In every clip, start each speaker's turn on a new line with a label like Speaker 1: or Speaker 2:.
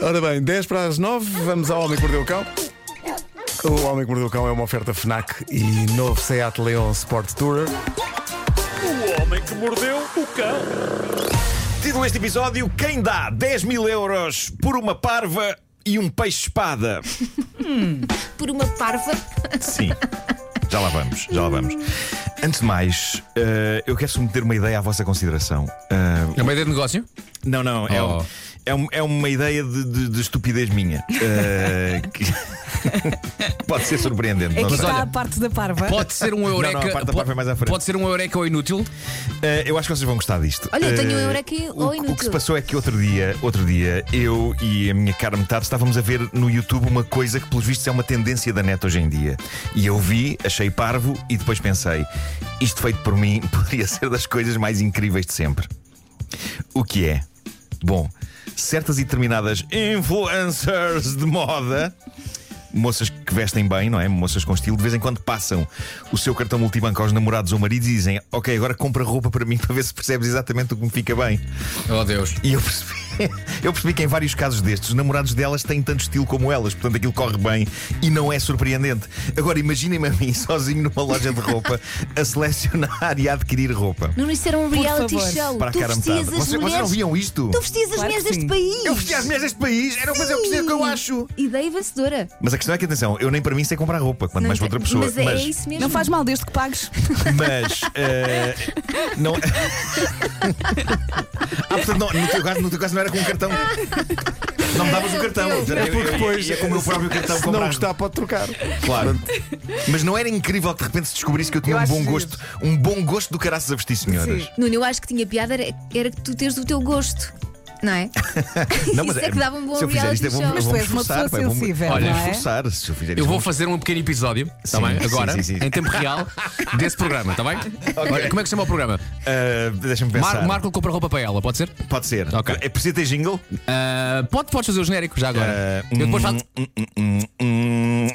Speaker 1: Ora bem, 10 para as 9, vamos ao Homem que Mordeu o Cão. O Homem que Mordeu o Cão é uma oferta FNAC e novo Seat Leon Sport Tourer.
Speaker 2: O homem que mordeu o cão.
Speaker 3: Título deste episódio: Quem dá 10 mil euros por uma parva e um peixe-espada?
Speaker 4: por uma parva.
Speaker 3: Sim. Já lá vamos, já lá vamos. Antes de mais, eh, eu quero submeter uma ideia à vossa consideração. Eh,
Speaker 5: É uma ideia de negócio?
Speaker 3: não, não, é, um-
Speaker 5: Oh.
Speaker 3: é um- é uma ideia de, de- de estupidez minha. Eh, que- Pode ser surpreendente. não
Speaker 6: Aqui
Speaker 3: sei.
Speaker 6: está a parte da parva.
Speaker 5: Pode ser um eureka.
Speaker 3: não, a parte da parte vai mais à frente.
Speaker 5: Pode ser um eureka ou inútil.
Speaker 3: Eh, eu acho que vocês vão gostar disto.
Speaker 4: Olha, eu tenho
Speaker 3: Eh,
Speaker 4: um euro aqui,
Speaker 3: O,
Speaker 4: ou
Speaker 3: que- o que
Speaker 4: inútil.
Speaker 3: se passou é que outro dia, outro dia, eu e a minha cara metade estávamos a ver no YouTube uma coisa que, pelos vistos, é uma tendência da net hoje em dia. E eu vi, achei parvo e depois pensei: isto feito por mim poderia ser das coisas mais incríveis de sempre. O que é? Bom, certas e determinadas influencers de moda. Moças que vestem bem, não é? Moças com estilo, de vez em quando passam o seu cartão multibanco aos namorados ou maridos e dizem: Ok, agora compra roupa para mim para ver se percebes exatamente o que me fica bem.
Speaker 5: Oh Deus.
Speaker 3: E eu percebi, eu percebi que em vários casos destes, os namorados delas têm tanto estilo como elas, portanto aquilo corre bem e não é surpreendente. Agora imaginem-me a mim sozinho numa loja de roupa a selecionar e a adquirir roupa.
Speaker 4: Não, isso era um reality
Speaker 6: favor.
Speaker 4: show.
Speaker 3: Para a
Speaker 4: tu
Speaker 3: cara metade.
Speaker 4: vestias as
Speaker 3: Vocês, vocês não
Speaker 4: mulheres.
Speaker 3: viam isto?
Speaker 4: tu vestias as
Speaker 6: Claro que
Speaker 4: mulheres
Speaker 6: sim.
Speaker 4: deste país.
Speaker 3: Eu vesti as mulheres deste país, era fazer o que eu que eu acho.
Speaker 4: Ideia vencedora.
Speaker 3: Mas a questão é que, atenção, eu nem para mim sei comprar roupa, quanto
Speaker 4: Não
Speaker 3: mais para
Speaker 4: tem-
Speaker 3: outra pessoa.
Speaker 4: Mas é, é isso mesmo.
Speaker 6: Não faz mal, desde que pagues.
Speaker 3: Mas. eh, não... ah, portanto, não, no, teu caso, no teu caso não era com um cartão. Não me davas o cartão. Portanto, eu- é, eu- eu ia com o meu próprio cartão
Speaker 1: se não
Speaker 3: comprar.
Speaker 1: gostar, pode trocar.
Speaker 3: Claro. Mas não era incrível que de repente se descobrisse que eu tinha
Speaker 6: Eu
Speaker 3: um
Speaker 6: acho
Speaker 3: bom
Speaker 6: giro.
Speaker 3: gosto, um bom gosto do caraças a vestir senhoras.
Speaker 6: Sim.
Speaker 4: Nuno, eu acho que tinha piada era, era que tu teres o teu gosto. Não é?
Speaker 3: Não,
Speaker 4: Isso é que dava um bom
Speaker 3: se eu fizer isto, eu vou,
Speaker 4: reality show.
Speaker 3: eu
Speaker 4: Mas
Speaker 6: tu
Speaker 3: vou me
Speaker 6: és uma
Speaker 3: esforçar,
Speaker 6: pessoa
Speaker 3: pá, eu vou me-
Speaker 6: sensível,
Speaker 3: Olha,
Speaker 6: não é?
Speaker 3: esforçar, se eu fizer
Speaker 5: Eu
Speaker 3: isto,
Speaker 5: vou fazer um pequeno episódio, está
Speaker 3: Sim,
Speaker 5: bem?
Speaker 3: sim,
Speaker 5: Agora,
Speaker 3: sim, sim.
Speaker 5: em tempo real, desse programa, está bem? Olha, Como é que se chama o programa?
Speaker 3: Ah, Deixa-me pensar.
Speaker 5: Mar Marco compra roupa para ela, pode ser?
Speaker 3: Pode ser.
Speaker 5: Ok.
Speaker 3: É preciso ter jingle?
Speaker 5: Ah, pode, podes fazer o genérico já agora.
Speaker 3: Ah,
Speaker 5: Eu depois faço.
Speaker 3: Hum, hum, hum, hum.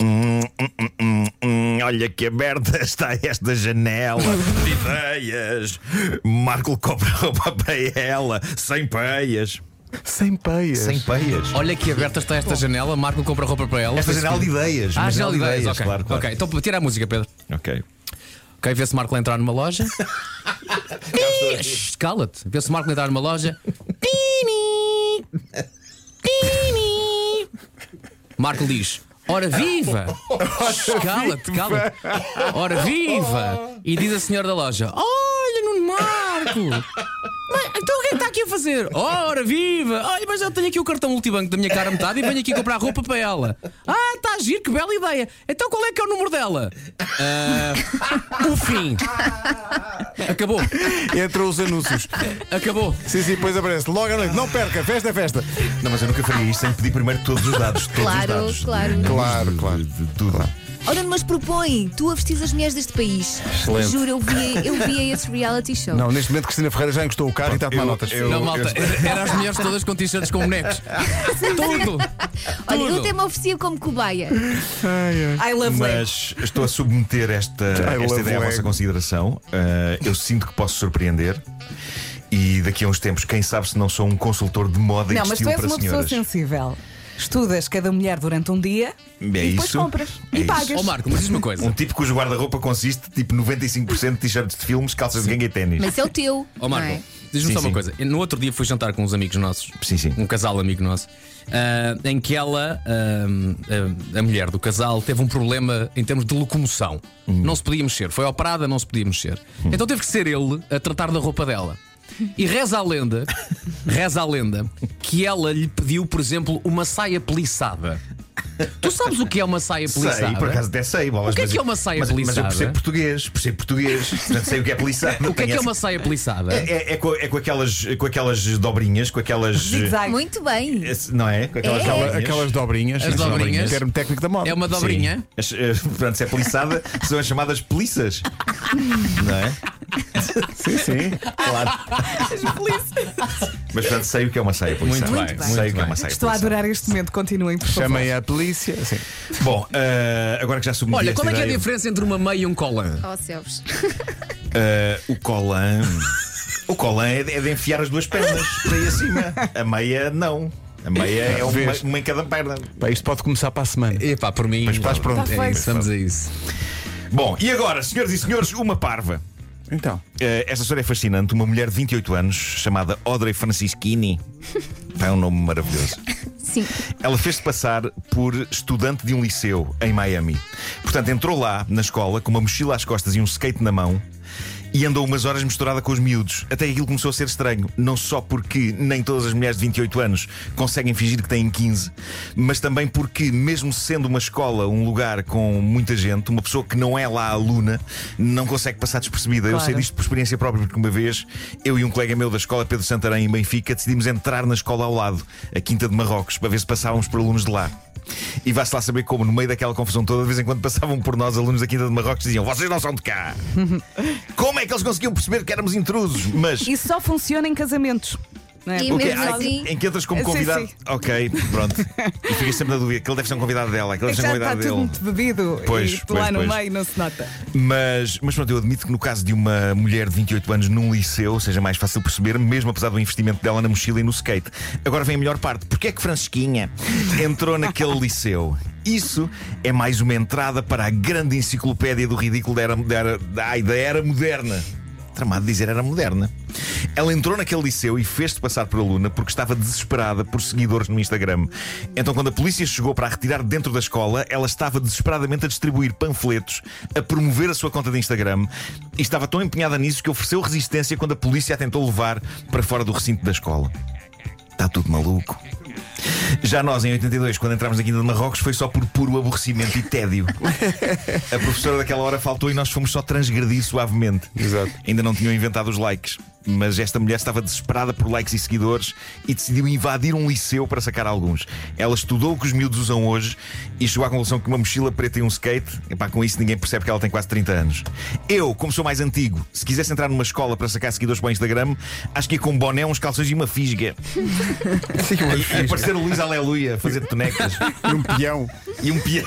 Speaker 3: Hum, hum, hum, Olha que aberta está esta janela de ideias. Marco compra roupa para ela, sem peias.
Speaker 1: Sem peias.
Speaker 3: Sem peias?
Speaker 5: Olha que aberta está
Speaker 3: Oh.
Speaker 5: esta janela, Marco compra roupa para ela.
Speaker 3: Esta janela de ideias.
Speaker 5: Ah,
Speaker 3: uma
Speaker 5: janela de ideias, ok.
Speaker 3: Claro, claro.
Speaker 5: Ok, então tira a música, Pedro.
Speaker 3: Ok.
Speaker 5: Ok, vê se Marco lá entrar numa loja. Pi- Shh, Cala-te. Vê se Marco lá entrar numa loja. Pini! Pini! Marco diz: Ora viva! Shh, Cala-te, cala-te. Ora viva! E diz a senhora da loja: Olha, Nuno Marco! Mas, então o que é que está aqui a fazer? Ora viva! Olha, mas eu tenho aqui o cartão multibanco da minha cara a metade e venho aqui comprar roupa para ela. Ah, está a giro, que bela ideia! Então qual é que é o número dela? Ah, o fim. Acabou,
Speaker 1: Entre os anúncios.
Speaker 5: acabou.
Speaker 1: Sim, sim, depois aparece. Logo à noite. Não perca, festa é festa.
Speaker 3: Não, mas eu nunca faria isto sem pedir primeiro todos os dados. Todos os
Speaker 4: Claro,
Speaker 3: dados.
Speaker 4: claro.
Speaker 1: Claro,
Speaker 3: De-
Speaker 1: claro.
Speaker 3: de tudo.
Speaker 4: Olha, mas propõe, tu a vestis as mulheres deste país.
Speaker 1: Excelente.
Speaker 4: Juro, eu via, eu via esse reality show.
Speaker 1: Não, neste momento Cristina Ferreira já encostou o carro e está a tomar
Speaker 3: eu-
Speaker 1: notas.
Speaker 3: eu-
Speaker 5: Não, malta, era- era as mulheres todas com t-shirts com bonecos. Então, Tudo!
Speaker 4: Olha, eu
Speaker 5: tudo.
Speaker 4: até me oferecia como cobaia.
Speaker 6: I love leg.
Speaker 3: Mas estou a submeter esta,
Speaker 1: I
Speaker 3: esta
Speaker 1: love
Speaker 3: ideia à
Speaker 1: leg.
Speaker 3: vossa consideração. Uh, eu sinto que posso surpreender. E daqui a uns tempos, quem sabe se não sou um consultor de moda
Speaker 6: Não,
Speaker 3: e de
Speaker 6: mas tu
Speaker 3: estilo
Speaker 6: és
Speaker 3: para
Speaker 6: uma pessoa
Speaker 3: senhoras.
Speaker 6: sensível. Estudas cada mulher durante um dia
Speaker 3: É
Speaker 6: e depois
Speaker 3: isso.
Speaker 6: compras
Speaker 3: É
Speaker 6: e
Speaker 3: isso.
Speaker 6: pagas.
Speaker 5: Ó Marco, mas diz uma
Speaker 3: Um
Speaker 5: coisa.
Speaker 3: tipo cujo guarda-roupa consiste tipo 95% de t-shirts de filmes, calças de ganga e ténis.
Speaker 4: Mas é o teu.
Speaker 3: Oh,
Speaker 5: Ó
Speaker 4: não
Speaker 5: Marco,
Speaker 4: é?
Speaker 5: diz-me
Speaker 3: Sim,
Speaker 5: só uma
Speaker 3: sim.
Speaker 5: coisa. Eu, no outro dia fui jantar com uns amigos nossos.
Speaker 3: Sim, sim.
Speaker 5: um casal amigo nosso, ah, em que ela, ah, a, a mulher do casal, teve um problema em termos de locomoção.
Speaker 3: Hum.
Speaker 5: Não se podia mexer. Foi operada, não se podia mexer. Então teve que ser ele a tratar da roupa dela. E reza a lenda, reza a lenda, que ela lhe pediu, por exemplo, uma saia peliçada. Tu sabes o que é uma saia peliçada?
Speaker 3: Sei, por acaso até sei, bolas,
Speaker 5: O que é
Speaker 3: mas
Speaker 5: que é
Speaker 3: eu-
Speaker 5: uma saia
Speaker 3: mas, Mas eu
Speaker 5: peliçada?
Speaker 3: percebo português, percebo português, portanto sei o que é peliçada.
Speaker 5: O que é que é uma saia peliçada?
Speaker 3: É, é com, é com aquelas, com aquelas dobrinhas, com aquelas.
Speaker 6: Zig-zag.
Speaker 4: é? Muito bem.
Speaker 3: Esse- Não é? Com aquelas
Speaker 4: É.
Speaker 3: dobrinhas.
Speaker 1: Aquelas dobrinhas.
Speaker 5: As
Speaker 1: Sim,
Speaker 5: dobrinhas.
Speaker 1: Termo técnico da moda.
Speaker 5: É uma dobrinha?
Speaker 3: Sim. As, eh, portanto, se é poliçada, são as chamadas poliças. não é?
Speaker 1: Sim, sim.
Speaker 3: Claro. Mas portanto, sei o que é uma saia poliçada.
Speaker 5: Muito bem,
Speaker 3: Sei
Speaker 5: muito
Speaker 3: o que é
Speaker 5: bem.
Speaker 3: uma saia
Speaker 6: Estou a
Speaker 3: poliçada.
Speaker 6: adorar este momento, continuem, por favor.
Speaker 1: Chamem a polícia. Sim.
Speaker 3: Bom, eh, agora que já submeti
Speaker 5: Olha,
Speaker 3: esta
Speaker 5: qual é que é a
Speaker 3: ideia,
Speaker 4: Oh,
Speaker 5: diferença entre uma meia e um colan?
Speaker 4: Ó céus.
Speaker 3: eh, o colan. O colã é de, é de enfiar as duas pernas para aí acima. A meia, não. A meia é uma,
Speaker 1: Vês?
Speaker 3: uma em cada perna.
Speaker 1: Pá, isto pode começar para a semana.
Speaker 5: Epá, por mim.
Speaker 1: Mas estás pronto.
Speaker 5: É isso, estamos a isso.
Speaker 3: Bom, e agora, senhoras e senhores, uma parva.
Speaker 1: Então,
Speaker 3: Eh, esta história é fascinante. Uma mulher de 28 anos, chamada Audrey Francischini. É um nome maravilhoso.
Speaker 4: Sim.
Speaker 3: Ela fez-se passar por estudante de um liceu em Miami. Portanto, entrou lá na escola com uma mochila às costas e um skate na mão. E andou umas horas misturada com os miúdos. Até aquilo começou a ser estranho. Não só porque nem todas as mulheres de 28 anos conseguem fingir que têm 15, mas também porque, mesmo sendo uma escola, um lugar com muita gente, uma pessoa que não é lá aluna, não consegue passar despercebida. Eu
Speaker 6: Claro.
Speaker 3: sei disto por experiência própria, porque uma vez eu e um colega meu da escola Pedro Santarém em Benfica decidimos entrar na escola ao lado, a Quinta de Marrocos, para ver se passávamos por alunos de lá. E vá-se lá saber como, no meio daquela confusão toda, de vez em quando passavam por nós alunos da Quinta de Marrocos e diziam: Vocês não são de cá! como é que eles conseguiam perceber que éramos intrusos? Mas.
Speaker 6: Isso só funciona em casamentos. não é?
Speaker 4: E
Speaker 3: O quê?
Speaker 4: mesmo
Speaker 3: Ah,
Speaker 4: assim-
Speaker 3: em que entras como
Speaker 6: Sim,
Speaker 3: convidado.
Speaker 6: sim.
Speaker 3: Ok, pronto. E fiquei sempre na dúvida que ele deve ser um convidado dela, que ele
Speaker 6: É
Speaker 3: deve
Speaker 6: que
Speaker 3: ser um
Speaker 6: já está
Speaker 3: convidado
Speaker 6: tudo
Speaker 3: dele.
Speaker 6: muito bebido
Speaker 3: Pois,
Speaker 6: e tu
Speaker 3: pois,
Speaker 6: lá no
Speaker 3: pois.
Speaker 6: meio não se nota.
Speaker 3: Mas, mas pronto, eu admito que no caso de uma mulher de 28 anos num liceu seja mais fácil perceber, mesmo apesar do investimento dela na mochila e no skate. Agora vem a melhor parte. Porquê é que Francisquinha entrou naquele liceu? Isso é mais uma entrada para a grande enciclopédia do ridículo da era, da era, ai, da era moderna. Tramado de dizer era moderna. Ela entrou naquele liceu e fez-se passar por aluna porque estava desesperada por seguidores no Instagram. Então, quando a polícia chegou para a retirar de dentro da escola, ela estava desesperadamente a distribuir panfletos, a promover a sua conta de Instagram e estava tão empenhada nisso que ofereceu resistência quando a polícia a tentou levar para fora do recinto da escola. Está tudo maluco. Já nós, em 82, quando entrámos na Quinta de Marrocos, foi só por puro aborrecimento e tédio. A professora daquela hora faltou e nós fomos só transgredir suavemente.
Speaker 1: Exato.
Speaker 3: Ainda não tinham inventado os likes. Mas esta mulher estava desesperada por likes e seguidores e decidiu invadir um liceu para sacar alguns. Ela estudou o que os miúdos usam hoje e chegou à conclusão que uma mochila preta e um skate, epá, com isso ninguém percebe que ela tem quase 30 anos. Eu, como sou mais antigo, se quisesse entrar numa escola para sacar seguidores para o Instagram, acho que ia com um boné, uns calções e uma fisga. E aparecer o Luís Aleluia, fazer tonecas.
Speaker 1: e um peão.
Speaker 3: E um peão,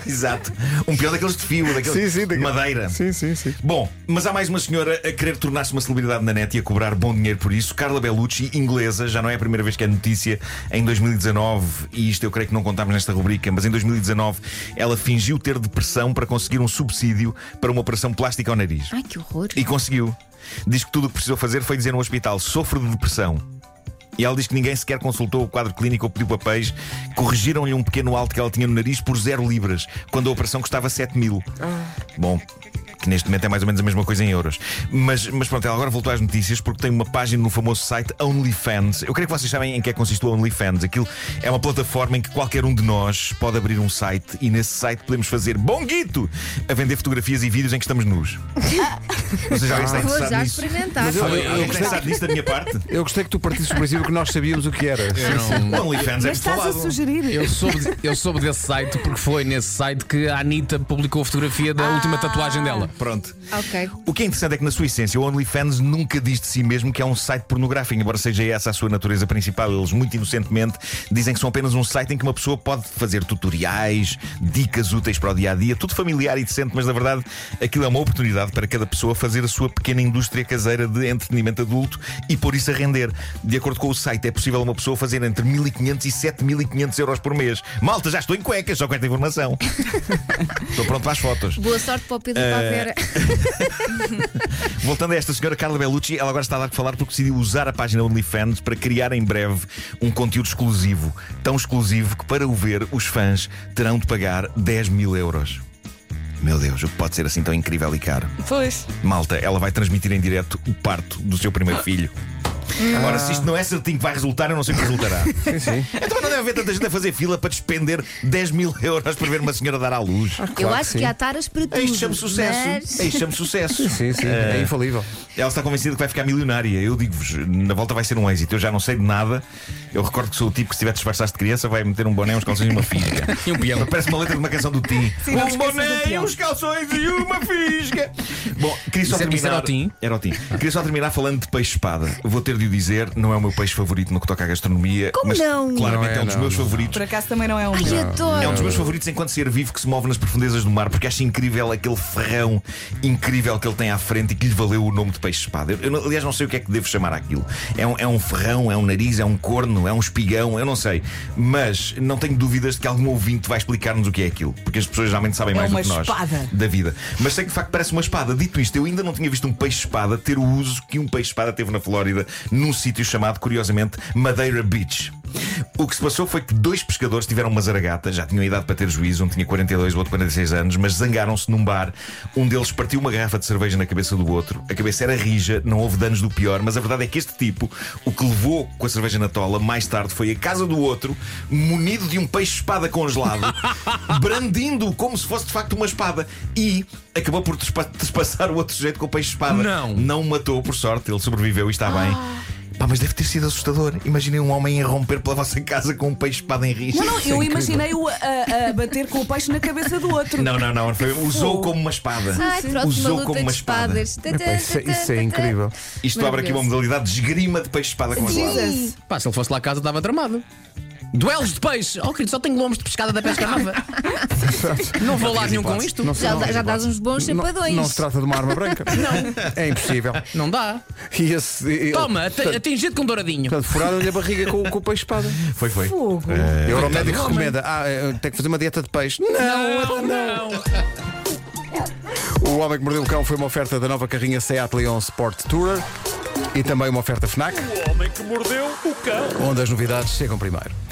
Speaker 3: exato. Um peão daqueles de fio, daqueles
Speaker 1: Sim, sim,
Speaker 3: de
Speaker 1: daquele-
Speaker 3: madeira.
Speaker 1: Sim, sim, sim.
Speaker 3: Bom, mas há mais uma senhora a querer tornar-se uma celebridade na net e a cobrar bom dinheiro por isso. Carla Bellucci, inglesa, já não é a primeira vez que é notícia. Em 2019, e isto eu creio que não contámos nesta rubrica, mas em 2019 ela fingiu ter depressão para conseguir um subsídio para uma operação plástica ao nariz.
Speaker 4: Ai, que horror.
Speaker 3: E conseguiu. Diz que tudo o que precisou fazer foi dizer no hospital: sofro de depressão. E ela diz que ninguém sequer consultou o quadro clínico ou pediu papéis. Corrigiram-lhe um pequeno alto que ela tinha no nariz por zero libras, quando a operação custava 7 mil. Bom. Que neste momento é mais ou menos a mesma coisa em euros. Mas, mas pronto, ela agora voltou às notícias porque tem uma página no famoso site OnlyFans. Eu creio que vocês sabem em que é que consiste o OnlyFans. Aquilo é uma plataforma em que qualquer um de nós pode abrir um site e nesse site podemos fazer bonguito a vender fotografias e vídeos em que estamos nus. Não sei se alguém está
Speaker 4: Vou
Speaker 3: interessado
Speaker 4: já
Speaker 3: nisso.
Speaker 4: experimentar.
Speaker 1: eu-
Speaker 3: Alguém está interessado nisso da minha parte?
Speaker 1: Eu gostei que tu partisse do princípio que nós sabíamos o que era.
Speaker 5: Eu, não-
Speaker 3: O OnlyFans é
Speaker 6: Mas estás a
Speaker 3: falado.
Speaker 6: sugerir.
Speaker 5: eu soube, eu soube desse site porque foi nesse site que a Anitta publicou a fotografia da última tatuagem dela.
Speaker 3: Pronto.
Speaker 4: Ok.
Speaker 3: O que é interessante é que, na sua essência, o OnlyFans nunca diz de si mesmo que é um site pornográfico, embora seja essa a sua natureza principal. Eles, muito inocentemente, dizem que são apenas um site em que uma pessoa pode fazer tutoriais, dicas úteis para o dia a dia, tudo familiar e decente, mas na verdade aquilo é uma oportunidade para cada pessoa fazer a sua pequena indústria caseira de entretenimento adulto e pôr isso a render. De acordo com o site, é possível uma pessoa fazer entre 1.500 e 7.500 euros por mês. Malta, já estou em cuecas só com esta informação. estou pronto para as fotos.
Speaker 4: Boa sorte para o Pedro e
Speaker 3: Ah,
Speaker 4: para a Vera.
Speaker 3: Voltando a esta senhora Carla Bellucci, ela agora está a dar que falar porque decidiu usar a página OnlyFans para criar em breve um conteúdo exclusivo. Tão exclusivo que para o ver, os fãs terão de pagar 10 mil euros. Meu Deus, o que pode ser assim tão incrível e caro?
Speaker 6: Pois.
Speaker 3: Malta, ela vai transmitir em direto o parto do seu primeiro filho. Agora, se isto não é certinho que vai resultar, eu não sei o que resultará. Então não deve haver tanta gente a fazer fila para despender 10 mil euros para ver uma senhora dar à luz.
Speaker 4: eu
Speaker 1: claro
Speaker 4: acho
Speaker 1: que
Speaker 4: que,
Speaker 1: sim.
Speaker 4: há taras para Ah, tudo.
Speaker 3: Ah,
Speaker 4: né?
Speaker 3: Isto chama sucesso.
Speaker 4: mas-
Speaker 3: Isto chama sucesso. Ah,
Speaker 1: Sim, sim, é infalível.
Speaker 3: Ela está convencida que vai ficar milionária. Eu digo-vos, na volta vai ser um êxito. Eu já não sei de nada. Eu recordo que sou o tipo que, se tiver disfarçado de criança, vai meter um boné, uns calções e uma fisga.
Speaker 5: E um peão.
Speaker 3: Parece uma letra de uma canção do Tim.
Speaker 6: Sim, não
Speaker 3: um
Speaker 6: esqueças do
Speaker 3: boné,
Speaker 6: peão.
Speaker 3: uns calções e uma fisga. Bom, queria
Speaker 5: Isso
Speaker 3: só
Speaker 5: é-
Speaker 3: terminar.
Speaker 5: isso era o Tim?
Speaker 3: Era o Tim. Queria só terminar falando de peixe-espada. Vou ter de o dizer, não é o meu peixe favorito no que toca à gastronomia.
Speaker 4: Como
Speaker 3: mas
Speaker 4: não?
Speaker 3: Claramente
Speaker 1: Não é,
Speaker 3: é, um dos
Speaker 1: não,
Speaker 3: meus
Speaker 1: não.
Speaker 3: favoritos.
Speaker 6: Por acaso também não é um.
Speaker 4: Ai, adoro.
Speaker 3: É um dos meus favoritos enquanto ser vivo que se move nas profundezas do mar, porque acho incrível aquele ferrão incrível que ele tem à frente e que lhe valeu o nome de peixe-espada. Eu, eu não- aliás, não sei o que é que devo chamar aquilo. É um, é um ferrão, é um nariz, é um corno, é um espigão, eu não sei. Mas não tenho dúvidas de que algum ouvinte vai explicar-nos o que é aquilo, porque as pessoas geralmente sabem
Speaker 6: É
Speaker 3: mais
Speaker 6: uma
Speaker 3: do que nós
Speaker 6: espada.
Speaker 3: da vida. Mas sei que de facto parece uma espada. Dito isto, eu ainda não tinha visto um peixe-espada ter o uso que um peixe-espada teve na Flórida, num sítio chamado, curiosamente, Madeira Beach. O que se passou foi que dois pescadores tiveram uma zaragata, já tinham idade para ter juízo, um tinha 42, o outro 46 anos, mas zangaram-se num bar. Um deles partiu uma garrafa de cerveja na cabeça do outro, a cabeça era rija, não houve danos do pior, mas a verdade é que este tipo, o que levou com a cerveja na tola, mais tarde foi à casa do outro, munido de um peixe-espada congelado, brandindo-o como se fosse de facto uma espada e acabou por despa- despassar o outro sujeito com o peixe-espada.
Speaker 5: Não.
Speaker 3: Não o matou, por sorte, ele sobreviveu e está bem. Pá, mas deve ter sido assustador. Imaginem um homem a romper pela vossa casa com um peixe-espada em risco.
Speaker 6: Não, não, eu imaginei-o a, a bater com o peixe na cabeça do outro.
Speaker 3: Não, não, não. Foi, usou como uma espada.
Speaker 4: Ai, pronto, uma
Speaker 3: usou
Speaker 4: luta
Speaker 3: como
Speaker 4: de
Speaker 3: uma espada.
Speaker 4: espadas.
Speaker 1: Epá, isso, é- isso é incrível.
Speaker 3: Isto abre aqui uma modalidade de esgrima de peixe-espada com a espada.
Speaker 6: Jesus.
Speaker 5: Pá, se ele fosse lá a casa, estava tramado. Duelos de peixe! Oh, querido, só tenho lombos de pescada da pesca nova. não vou lá nenhum com isto.
Speaker 1: Não sei,
Speaker 4: Já,
Speaker 1: não-
Speaker 4: já dás uns bons chapadões.
Speaker 1: Não se trata de uma arma branca. Não. É impossível.
Speaker 5: Não dá.
Speaker 1: E esse, e-
Speaker 5: Toma, ati- atingido com douradinho.
Speaker 1: Portanto, furaram-lhe a barriga com, com o peixe-espada.
Speaker 3: Foi, foi. Eh,
Speaker 6: Fogo.
Speaker 1: o Euromédico recomenda. Ah, eh, tem que fazer uma dieta de peixe. Não, então
Speaker 5: não.
Speaker 1: O Homem que Mordeu o Cão foi uma oferta da nova carrinha Seat Leon Sport Tourer e também uma oferta FNAC,
Speaker 2: O homem que mordeu o cão.
Speaker 1: onde as novidades chegam primeiro.